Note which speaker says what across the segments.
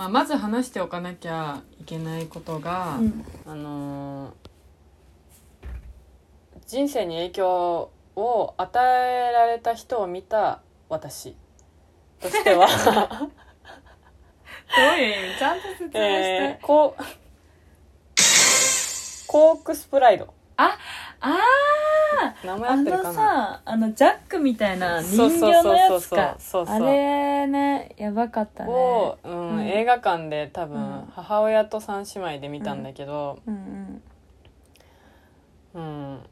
Speaker 1: まあ、まず話しておかなきゃいけないことが、
Speaker 2: うん
Speaker 1: あのー人生に影響を与えられた人を見た私として は、
Speaker 2: どういう意味ちゃんと説明して、
Speaker 1: えー、こうコークスプライド
Speaker 2: あ
Speaker 1: 名
Speaker 2: あ
Speaker 1: 前
Speaker 2: あ
Speaker 1: 合ってるか
Speaker 2: の
Speaker 1: な
Speaker 2: さあのジャックみたいな人
Speaker 1: そうそう
Speaker 2: 形の
Speaker 1: そ
Speaker 2: や
Speaker 1: う
Speaker 2: つ
Speaker 1: そう
Speaker 2: か
Speaker 1: そうそう
Speaker 2: あれねやばかったね
Speaker 1: を、うん
Speaker 2: うん
Speaker 1: 映画館で多
Speaker 2: うん
Speaker 1: 分母親と三姉妹で見たんだけど、
Speaker 2: うん
Speaker 1: う
Speaker 2: うん
Speaker 1: ん、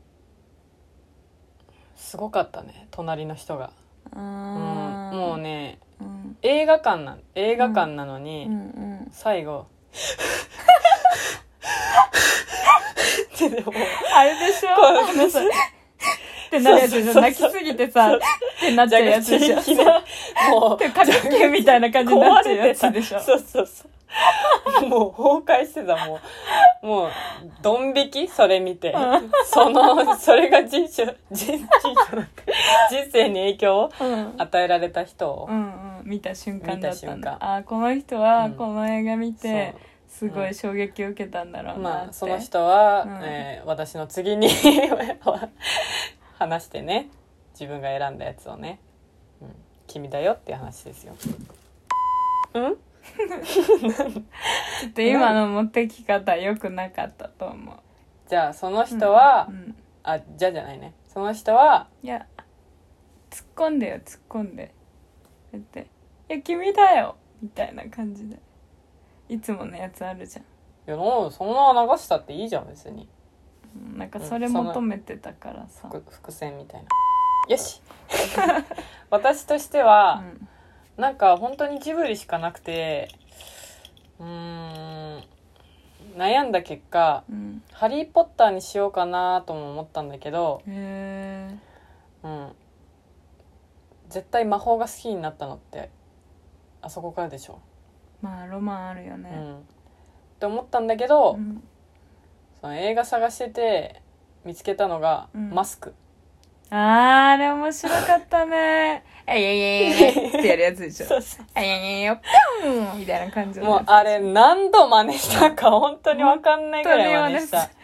Speaker 1: すごかったね隣の人が、うん、
Speaker 2: あー
Speaker 1: もうね
Speaker 2: うん
Speaker 1: 映画館なん映画館なのに、
Speaker 2: うんうん
Speaker 1: 最後ってでも
Speaker 2: あれでしょ
Speaker 1: こう
Speaker 2: 話すってなるやつでし
Speaker 1: そうそ
Speaker 2: ょ
Speaker 1: うそう
Speaker 2: 泣きすぎてさってなっちゃう
Speaker 1: 蛇
Speaker 2: や
Speaker 1: 口
Speaker 2: つでしょ
Speaker 1: 的な もう
Speaker 2: で過激圏みたいな感じにな
Speaker 1: 壊
Speaker 2: っちゃう
Speaker 1: れ
Speaker 2: や
Speaker 1: てた
Speaker 2: つでしょ
Speaker 1: そうそうそうもう崩壊してたもうもうドン引きそれ見て
Speaker 2: うん
Speaker 1: そのそれが人生人人人生に影響を
Speaker 2: うん
Speaker 1: 与えられた人を、
Speaker 2: うんうん見た瞬間だったん
Speaker 1: 見た瞬
Speaker 2: だあーこの人は
Speaker 1: うん
Speaker 2: この映画見て
Speaker 1: そう
Speaker 2: すごい衝撃を受けたんだろうなって、
Speaker 1: まあその人は、
Speaker 2: うん
Speaker 1: えー私の次に 話してね自分が選んだやつをね、うん、君だよっていう話ですよ。うん
Speaker 2: ちょっと今の持ってき方良くなかったと思う
Speaker 1: じゃあその人は、
Speaker 2: うんうん
Speaker 1: あじゃあじゃないねその人はい
Speaker 2: や突っ込んでよ突っ込んでこうやって「いや君だよ」みたいな感じでいつものやつあるじゃん
Speaker 1: いやもうそのまま流したっていいじゃん別に
Speaker 2: うんなんかそれ求めてたからさ、
Speaker 1: 伏伏線みたいな。よ し私としては、
Speaker 2: うん
Speaker 1: なんか本当にジブリしかなくてうーん悩んだ結果
Speaker 2: うん
Speaker 1: 「ハリー・ポッター」にしようかなとも思ったんだけど、
Speaker 2: へえ
Speaker 1: うん、絶対魔法が好きになったのってあそこからでしょ。
Speaker 2: まあロマンあるよ
Speaker 1: う
Speaker 2: ね、
Speaker 1: ん、って思ったんだけど、
Speaker 2: うん
Speaker 1: その映画探してて見つけたのが「
Speaker 2: うん
Speaker 1: マスク」
Speaker 2: あーあれ面白かったね「あいやいやいやいや」ってやるやつでしょ
Speaker 1: そうそう
Speaker 2: 「あいやいやいやぴょん」みたいな感じの
Speaker 1: も
Speaker 2: や
Speaker 1: う
Speaker 2: つ
Speaker 1: あれ何度真似したか本当に分かんないぐらい真似した
Speaker 2: 本。
Speaker 1: そう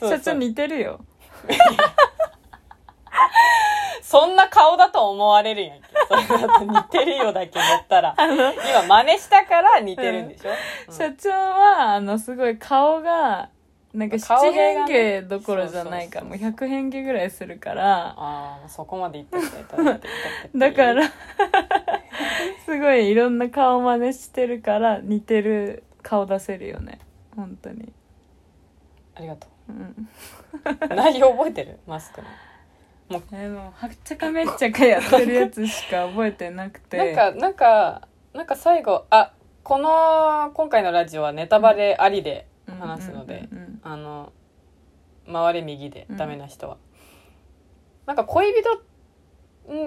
Speaker 1: そう
Speaker 2: 社長似てるよ
Speaker 1: そんな顔だと思われるやんけ。それだと似てるよだけ言った ら。今真似したから似てるんでしょ、
Speaker 2: 社長はあのすごい顔がなんか
Speaker 1: 顔
Speaker 2: 七
Speaker 1: 芸が
Speaker 2: 変
Speaker 1: ね
Speaker 2: 化どころじゃないから
Speaker 1: そう
Speaker 2: も
Speaker 1: そううそう
Speaker 2: 100変化ぐらいするから
Speaker 1: ああ、そこまで言ってきていただいて。
Speaker 2: だか。ら すごいいろんな顔真似してるから似てる顔出せるよね本当に、
Speaker 1: ありがと
Speaker 2: うん、
Speaker 1: う。内容覚えてるマスクの。
Speaker 2: えもうはっちゃかめっちゃかやってるやつしか覚えてなくて
Speaker 1: なんか、なんか、なんか最後、あ、この、今回のラジオはネタバレありで、話すので
Speaker 2: うんうん
Speaker 1: あの、回れ右で、
Speaker 2: うん
Speaker 1: ダメな人は。なんか恋人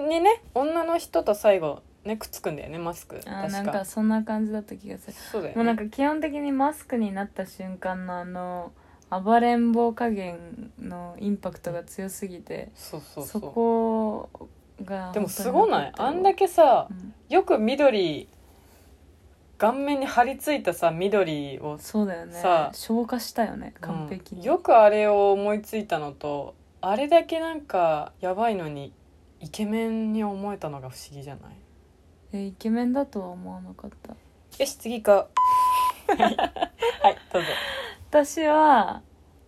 Speaker 1: にね、女の人と最後、ね、くっつくんだよね、マスク。確
Speaker 2: うんあー
Speaker 1: か。
Speaker 2: なんかそんな感じだった気がする
Speaker 1: そうだよ
Speaker 2: も
Speaker 1: ね。
Speaker 2: うなんか基本的にマスクになった瞬間のあの暴れん坊加減のインパクトが強すぎて
Speaker 1: そうそ
Speaker 2: そう
Speaker 1: そう。
Speaker 2: こが
Speaker 1: でもすごないあんだ
Speaker 2: け、
Speaker 1: けさ
Speaker 2: うん
Speaker 1: よく緑顔面に張り付いたさ緑を
Speaker 2: そうだよね
Speaker 1: さあ
Speaker 2: 消化したよね完璧
Speaker 1: う
Speaker 2: に、
Speaker 1: んよくあれを思いついたのとあれだけなんかやばいのにイケメンに思えたのが不思議じゃない
Speaker 2: えイケメンだとは思わなかった
Speaker 1: よし次行こう はいはいどうぞ
Speaker 2: 私は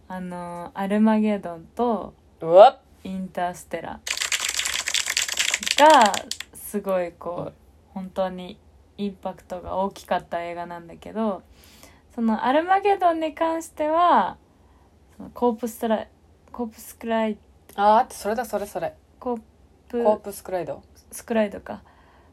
Speaker 2: あのアルマゲドンと
Speaker 1: うわ
Speaker 2: インターステラがすごいこう、
Speaker 1: うん
Speaker 2: 本当にインパクトが大きかった映画なんだけどその「アルマゲドン」に関してはそのコープストライコープスクライ
Speaker 1: あーってそれだそれそれ
Speaker 2: コープ
Speaker 1: コープスクライド
Speaker 2: スクライドか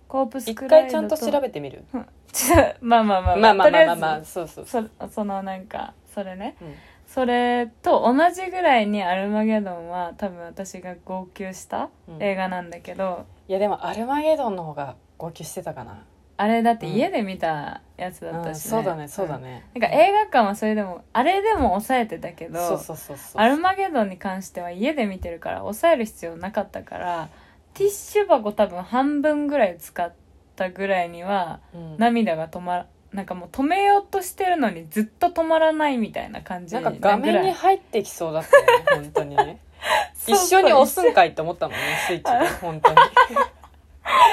Speaker 2: コープス
Speaker 1: 一
Speaker 2: クライ
Speaker 1: 回
Speaker 2: ド
Speaker 1: ちゃんと調べてみる
Speaker 2: ちょ まあまあまあ
Speaker 1: まあまあまあまあま
Speaker 2: と
Speaker 1: あそうそう
Speaker 2: りあえずそそのなんかそれね
Speaker 1: うん
Speaker 2: それと同じぐらいに「アルマゲドン」は多分私が号泣した
Speaker 1: うん
Speaker 2: 映画なんだけど、
Speaker 1: いやでもアルマゲドンの方が号泣してたかな
Speaker 2: あれだって家で見たやつだっ
Speaker 1: う
Speaker 2: た
Speaker 1: ん
Speaker 2: し、
Speaker 1: そうだねそうだね
Speaker 2: うんなんか映画館はそれでもあれでも抑えてたけど
Speaker 1: そうそうそうそう
Speaker 2: アルマゲドンに関しては家で見てるから抑える必要なかったからティッシュ箱多分半分ぐらい使ったぐらいには
Speaker 1: うん
Speaker 2: 涙が止まなんかもう止めようとしてるのにずっと止まらないみたいな感じ
Speaker 1: なんか画面に
Speaker 2: なぐ
Speaker 1: 入ってきそうだったよね、本 当にね。
Speaker 2: らい
Speaker 1: 一緒に押すんかいって思ったもんね、スイッチで、本 当に。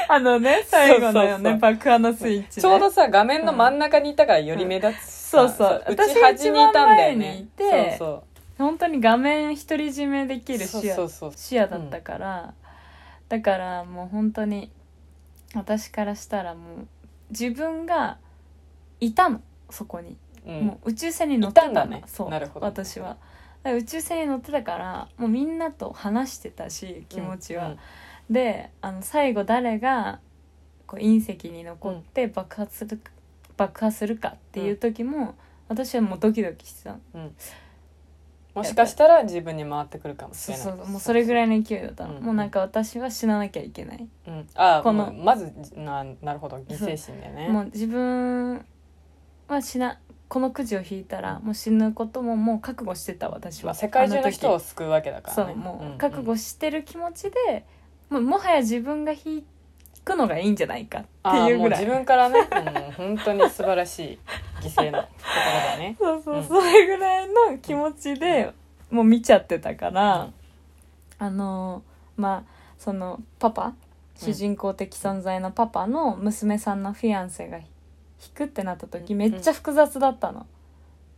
Speaker 2: あのね最後のよね
Speaker 1: そうそうそう
Speaker 2: 爆破のスイッチ、ね、
Speaker 1: ちょうどさ、画面の真ん中にいたからより目立つしさ、
Speaker 2: うんそうそう
Speaker 1: う
Speaker 2: 私
Speaker 1: ち
Speaker 2: が
Speaker 1: 端に
Speaker 2: 一
Speaker 1: い
Speaker 2: 番
Speaker 1: たんだ
Speaker 2: 前
Speaker 1: よ
Speaker 2: に
Speaker 1: ね
Speaker 2: い。て
Speaker 1: そう
Speaker 2: 本当に画面独り占めでき
Speaker 1: そう。そ
Speaker 2: る
Speaker 1: う
Speaker 2: 視野
Speaker 1: そうそう。
Speaker 2: 視野だったから、だからもう本当に私からしたらもう自分がいたのそこに、
Speaker 1: うん。
Speaker 2: もう宇宙船に乗ってたの
Speaker 1: いたんだね
Speaker 2: そう
Speaker 1: なるほど
Speaker 2: 私はだから宇宙船に乗ってたからもうみんなと話してたし気持ちは、であの最後誰がこう隕石に残って爆発するか、爆破するかっていう時も、私はもうドキドキしてたの
Speaker 1: うん。うんもしかしたら自分に回ってくるかもし
Speaker 2: そう
Speaker 1: れない。
Speaker 2: そうもうそれぐらいの勢いだったの、
Speaker 1: うん
Speaker 2: もうなんか私は死ななきゃいけない、
Speaker 1: うん、あこ
Speaker 2: この
Speaker 1: のまずななるほど犠牲心でね
Speaker 2: もう自分は死なこのくじを引いたらもう死ぬことももう覚悟してた私
Speaker 1: ま
Speaker 2: は
Speaker 1: あ、世界中の人
Speaker 2: あ
Speaker 1: を救うわけだか
Speaker 2: 時
Speaker 1: ら、
Speaker 2: そ
Speaker 1: ね、
Speaker 2: うも
Speaker 1: ん
Speaker 2: う覚悟してる気持ちで、もうもはや自分が引くのがいいんじゃないかって
Speaker 1: あ
Speaker 2: い
Speaker 1: ー
Speaker 2: う
Speaker 1: もう
Speaker 2: ぐら
Speaker 1: 自
Speaker 2: い
Speaker 1: 分からね、うん、本当に素晴らしい犠牲のところだね
Speaker 2: そうそう、
Speaker 1: うん
Speaker 2: それぐらいの気持ちでもう見ちゃってたから、あのまあそのパパ主人公的存在のパパの娘さんのフィアンセが引くってなった時
Speaker 1: うん
Speaker 2: めっちゃ複雑だったの、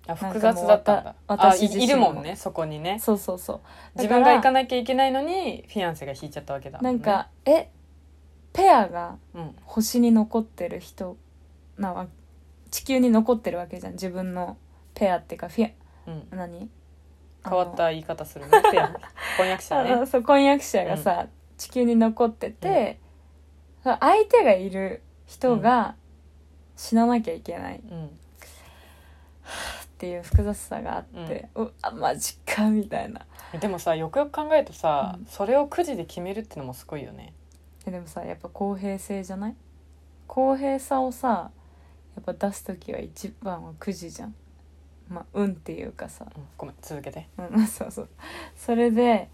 Speaker 1: あ複雑だったんだ
Speaker 2: なんかもうわた
Speaker 1: あ
Speaker 2: 私自身
Speaker 1: いいるもんねそこにね
Speaker 2: そうそうそう
Speaker 1: 自分が行か
Speaker 2: な
Speaker 1: なきゃいけないのにフィアンセが引いちゃったわけだも
Speaker 2: なん
Speaker 1: ね、
Speaker 2: んかえペアが
Speaker 1: うん
Speaker 2: 星に残ってる人なわ地球に残ってるわけじゃん自分のペアっていうかフィ
Speaker 1: うん
Speaker 2: ア、何
Speaker 1: 変わっ
Speaker 2: あ
Speaker 1: た言い方 するねフィアン婚約者
Speaker 2: のあ
Speaker 1: ね
Speaker 2: のそう婚約者がさ、地球に残ってて、相手がいる人が死ななきゃいけない
Speaker 1: うん
Speaker 2: っていう複雑さがあって、うあマジかみたいな
Speaker 1: でもさよくよく考えるとさ、
Speaker 2: うん
Speaker 1: それをくじで決めるってのもすごいよね
Speaker 2: えでもさやっぱ公平性じゃない公平さをさやっぱ出す時は一番はくじじゃんまあ運っていうかさ、
Speaker 1: うんごめん続けて
Speaker 2: うん、そうそうそれで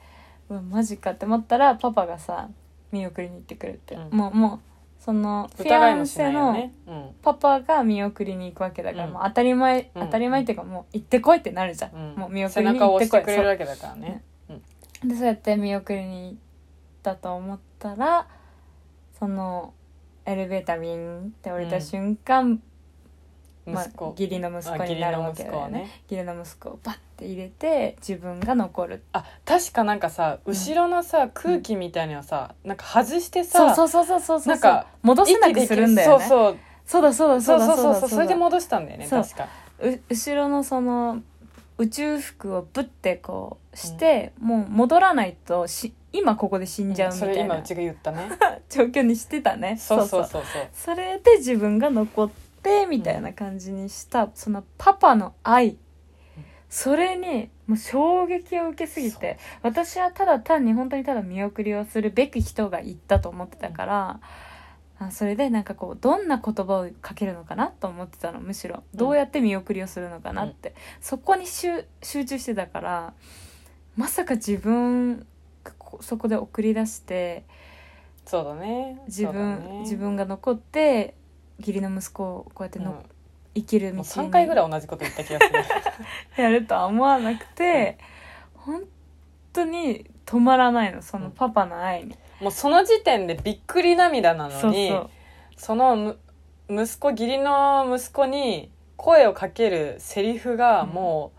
Speaker 2: うわマジかって思ったらパパがさ見送りに行ってくれて、
Speaker 1: うん
Speaker 2: もうもうそのフィ
Speaker 1: 疑い
Speaker 2: ア
Speaker 1: も
Speaker 2: ン
Speaker 1: しな
Speaker 2: セ
Speaker 1: いよ
Speaker 2: の
Speaker 1: ね、うん
Speaker 2: パパが見送りに行くわけだから、
Speaker 1: うん
Speaker 2: もう当たり前、
Speaker 1: うん
Speaker 2: 当たり前っていうかもう行ってこいってなるじゃん、
Speaker 1: うん
Speaker 2: もう見送
Speaker 1: 背
Speaker 2: りに
Speaker 1: 中を
Speaker 2: 行
Speaker 1: 押
Speaker 2: って
Speaker 1: し
Speaker 2: こ
Speaker 1: て
Speaker 2: い
Speaker 1: くれるわけだからね
Speaker 2: でそうやって見送りに行ったと思ったらそのエレベータービンって降りた瞬間、まあ
Speaker 1: 息子、、
Speaker 2: 義理の息子
Speaker 1: あ義
Speaker 2: に
Speaker 1: 理
Speaker 2: なるわ
Speaker 1: の
Speaker 2: け
Speaker 1: 息
Speaker 2: だ
Speaker 1: 子
Speaker 2: よ
Speaker 1: は
Speaker 2: ね
Speaker 1: ね
Speaker 2: 義理の息子をバッて入れて自分が残る
Speaker 1: あ確かなんかさ後ろのさ空気みたいなのをさなんか外して
Speaker 2: そ
Speaker 1: さ
Speaker 2: うそうそうそうそうそう
Speaker 1: なんか
Speaker 2: 戻せな
Speaker 1: 息
Speaker 2: く
Speaker 1: でき
Speaker 2: するんだよねそう
Speaker 1: そう
Speaker 2: だそうだ
Speaker 1: そ
Speaker 2: そうう
Speaker 1: そ
Speaker 2: だ
Speaker 1: うそうそう
Speaker 2: だ
Speaker 1: それで戻したんだよね
Speaker 2: そう
Speaker 1: 確か
Speaker 2: う後ろのその宇宙服をぶってこうして、もう戻らないとし今ここで死んじゃうみ
Speaker 1: そ
Speaker 2: た
Speaker 1: れ
Speaker 2: い
Speaker 1: 今う
Speaker 2: な
Speaker 1: ちが言ったね
Speaker 2: 状況にしてたね
Speaker 1: そうそうそうそう
Speaker 2: それで自分が残ってみたいな感じにした、そのパパの愛それにもう衝撃を受けすぎて私はただ単に本当にただ見送りをするべき人が行ったと思ってたから、あそれでなんかこうどんな言葉をかけるのかなと思ってたのむしろどうやって見送りをするのかなって、そこに集集中してたからまさか自分がこそこで送り出して
Speaker 1: そうだね
Speaker 2: 自分、
Speaker 1: そうだね
Speaker 2: 自分が残って義理の息子をこうやっての、
Speaker 1: うん
Speaker 2: 生きる道
Speaker 1: もう
Speaker 2: に
Speaker 1: 3回ぐらい同じこと言った気がする
Speaker 2: やるとは思わなくて、本当に止まらないのそのパパの愛に、
Speaker 1: もうその時点でびっくり涙な
Speaker 2: そ
Speaker 1: の
Speaker 2: う
Speaker 1: に
Speaker 2: そう
Speaker 1: そのむ息子義理の息子に声をかけるセリフがも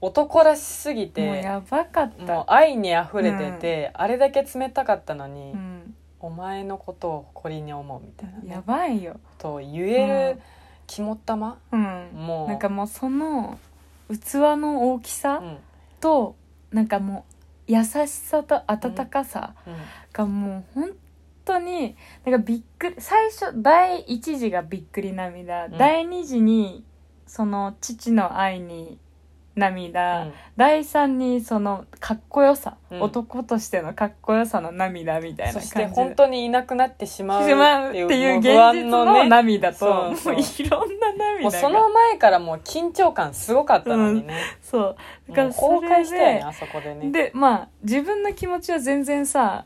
Speaker 1: う男らしすぎ
Speaker 2: もう
Speaker 1: て、
Speaker 2: やばかっ
Speaker 1: もう
Speaker 2: た、
Speaker 1: 愛にあふれてて、あれだけ冷たかったのに、
Speaker 2: うん、
Speaker 1: お前のことを誇りに思うみたいなね、
Speaker 2: やばいよ、
Speaker 1: と言える肝っ玉、
Speaker 2: うん、
Speaker 1: もう
Speaker 2: なんかもうその器の大き
Speaker 1: う
Speaker 2: さ
Speaker 1: ん
Speaker 2: と、なんかもう優しさと温かさ、
Speaker 1: うん
Speaker 2: がもう本当になんかびっくり最初第1次がびっくり涙、
Speaker 1: うん
Speaker 2: 第2次にその父の愛に涙、
Speaker 1: うん
Speaker 2: 第3にそのかっこよさ、
Speaker 1: うん
Speaker 2: 男としてのかっこよさの涙みたいな
Speaker 1: そ
Speaker 2: 感じ
Speaker 1: し
Speaker 2: で
Speaker 1: て本当にいなくなってしまう
Speaker 2: しまうっていう現
Speaker 1: も不
Speaker 2: 実
Speaker 1: 安
Speaker 2: の
Speaker 1: ね
Speaker 2: 涙と
Speaker 1: そうそう
Speaker 2: もういろんな
Speaker 1: も
Speaker 2: 涙
Speaker 1: う
Speaker 2: が
Speaker 1: その前からもう緊張感すごかったのにね、
Speaker 2: そうだ
Speaker 1: も
Speaker 2: か
Speaker 1: う
Speaker 2: ら
Speaker 1: 崩
Speaker 2: それ
Speaker 1: 壊したよね
Speaker 2: で
Speaker 1: あそこでね
Speaker 2: でまあ自分の気持ちは全然さ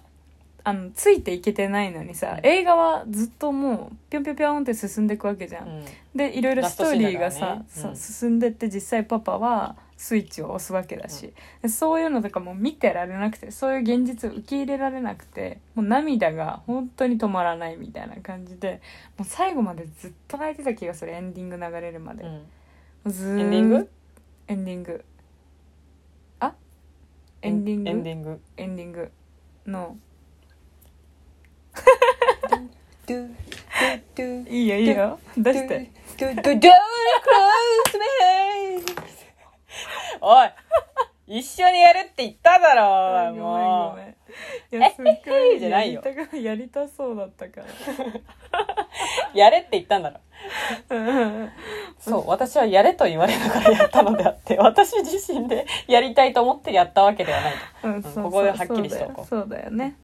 Speaker 2: あのついていけてないのにさ
Speaker 1: うん
Speaker 2: 映画はずっともうぴょんぴょんぴょんって進んでいくわけじゃん、
Speaker 1: うん
Speaker 2: でいろいろ
Speaker 1: ラ
Speaker 2: ス
Speaker 1: ス
Speaker 2: ト
Speaker 1: ト
Speaker 2: ー
Speaker 1: シーン
Speaker 2: リー
Speaker 1: だ
Speaker 2: が
Speaker 1: からね
Speaker 2: さ,、
Speaker 1: うん
Speaker 2: さ進んでって実際パパはスイッチを押すわけだし、でそういうのとかも見てられなくてそういう現実を受け入れられなくてもう涙が本当に止まらないみたいな感じでもう最後までずっと泣いてた気がするエンディング流れるまで、
Speaker 1: う
Speaker 2: も
Speaker 1: ん
Speaker 2: うずーっ
Speaker 1: エンディング
Speaker 2: エンディングあエンディング
Speaker 1: エンディング
Speaker 2: エンディングの
Speaker 1: ドゥドゥ
Speaker 2: いいよいいよ出して
Speaker 1: ドゥドゥドゥ Don't close me おい一緒にやるって言っただろ
Speaker 2: ご
Speaker 1: も
Speaker 2: め
Speaker 1: う。
Speaker 2: んごめんいやすっご
Speaker 1: えへへ
Speaker 2: い
Speaker 1: じゃな
Speaker 2: や
Speaker 1: い
Speaker 2: り
Speaker 1: よ
Speaker 2: たくやりたそうだったから
Speaker 1: やれって言ったんだろ
Speaker 2: うん
Speaker 1: そう私はやれと言われながらやったのであって私自身でやりたいと思ってやったわけではないと
Speaker 2: うん、そう
Speaker 1: ここではっきりしておこう
Speaker 2: そうだよそうだよね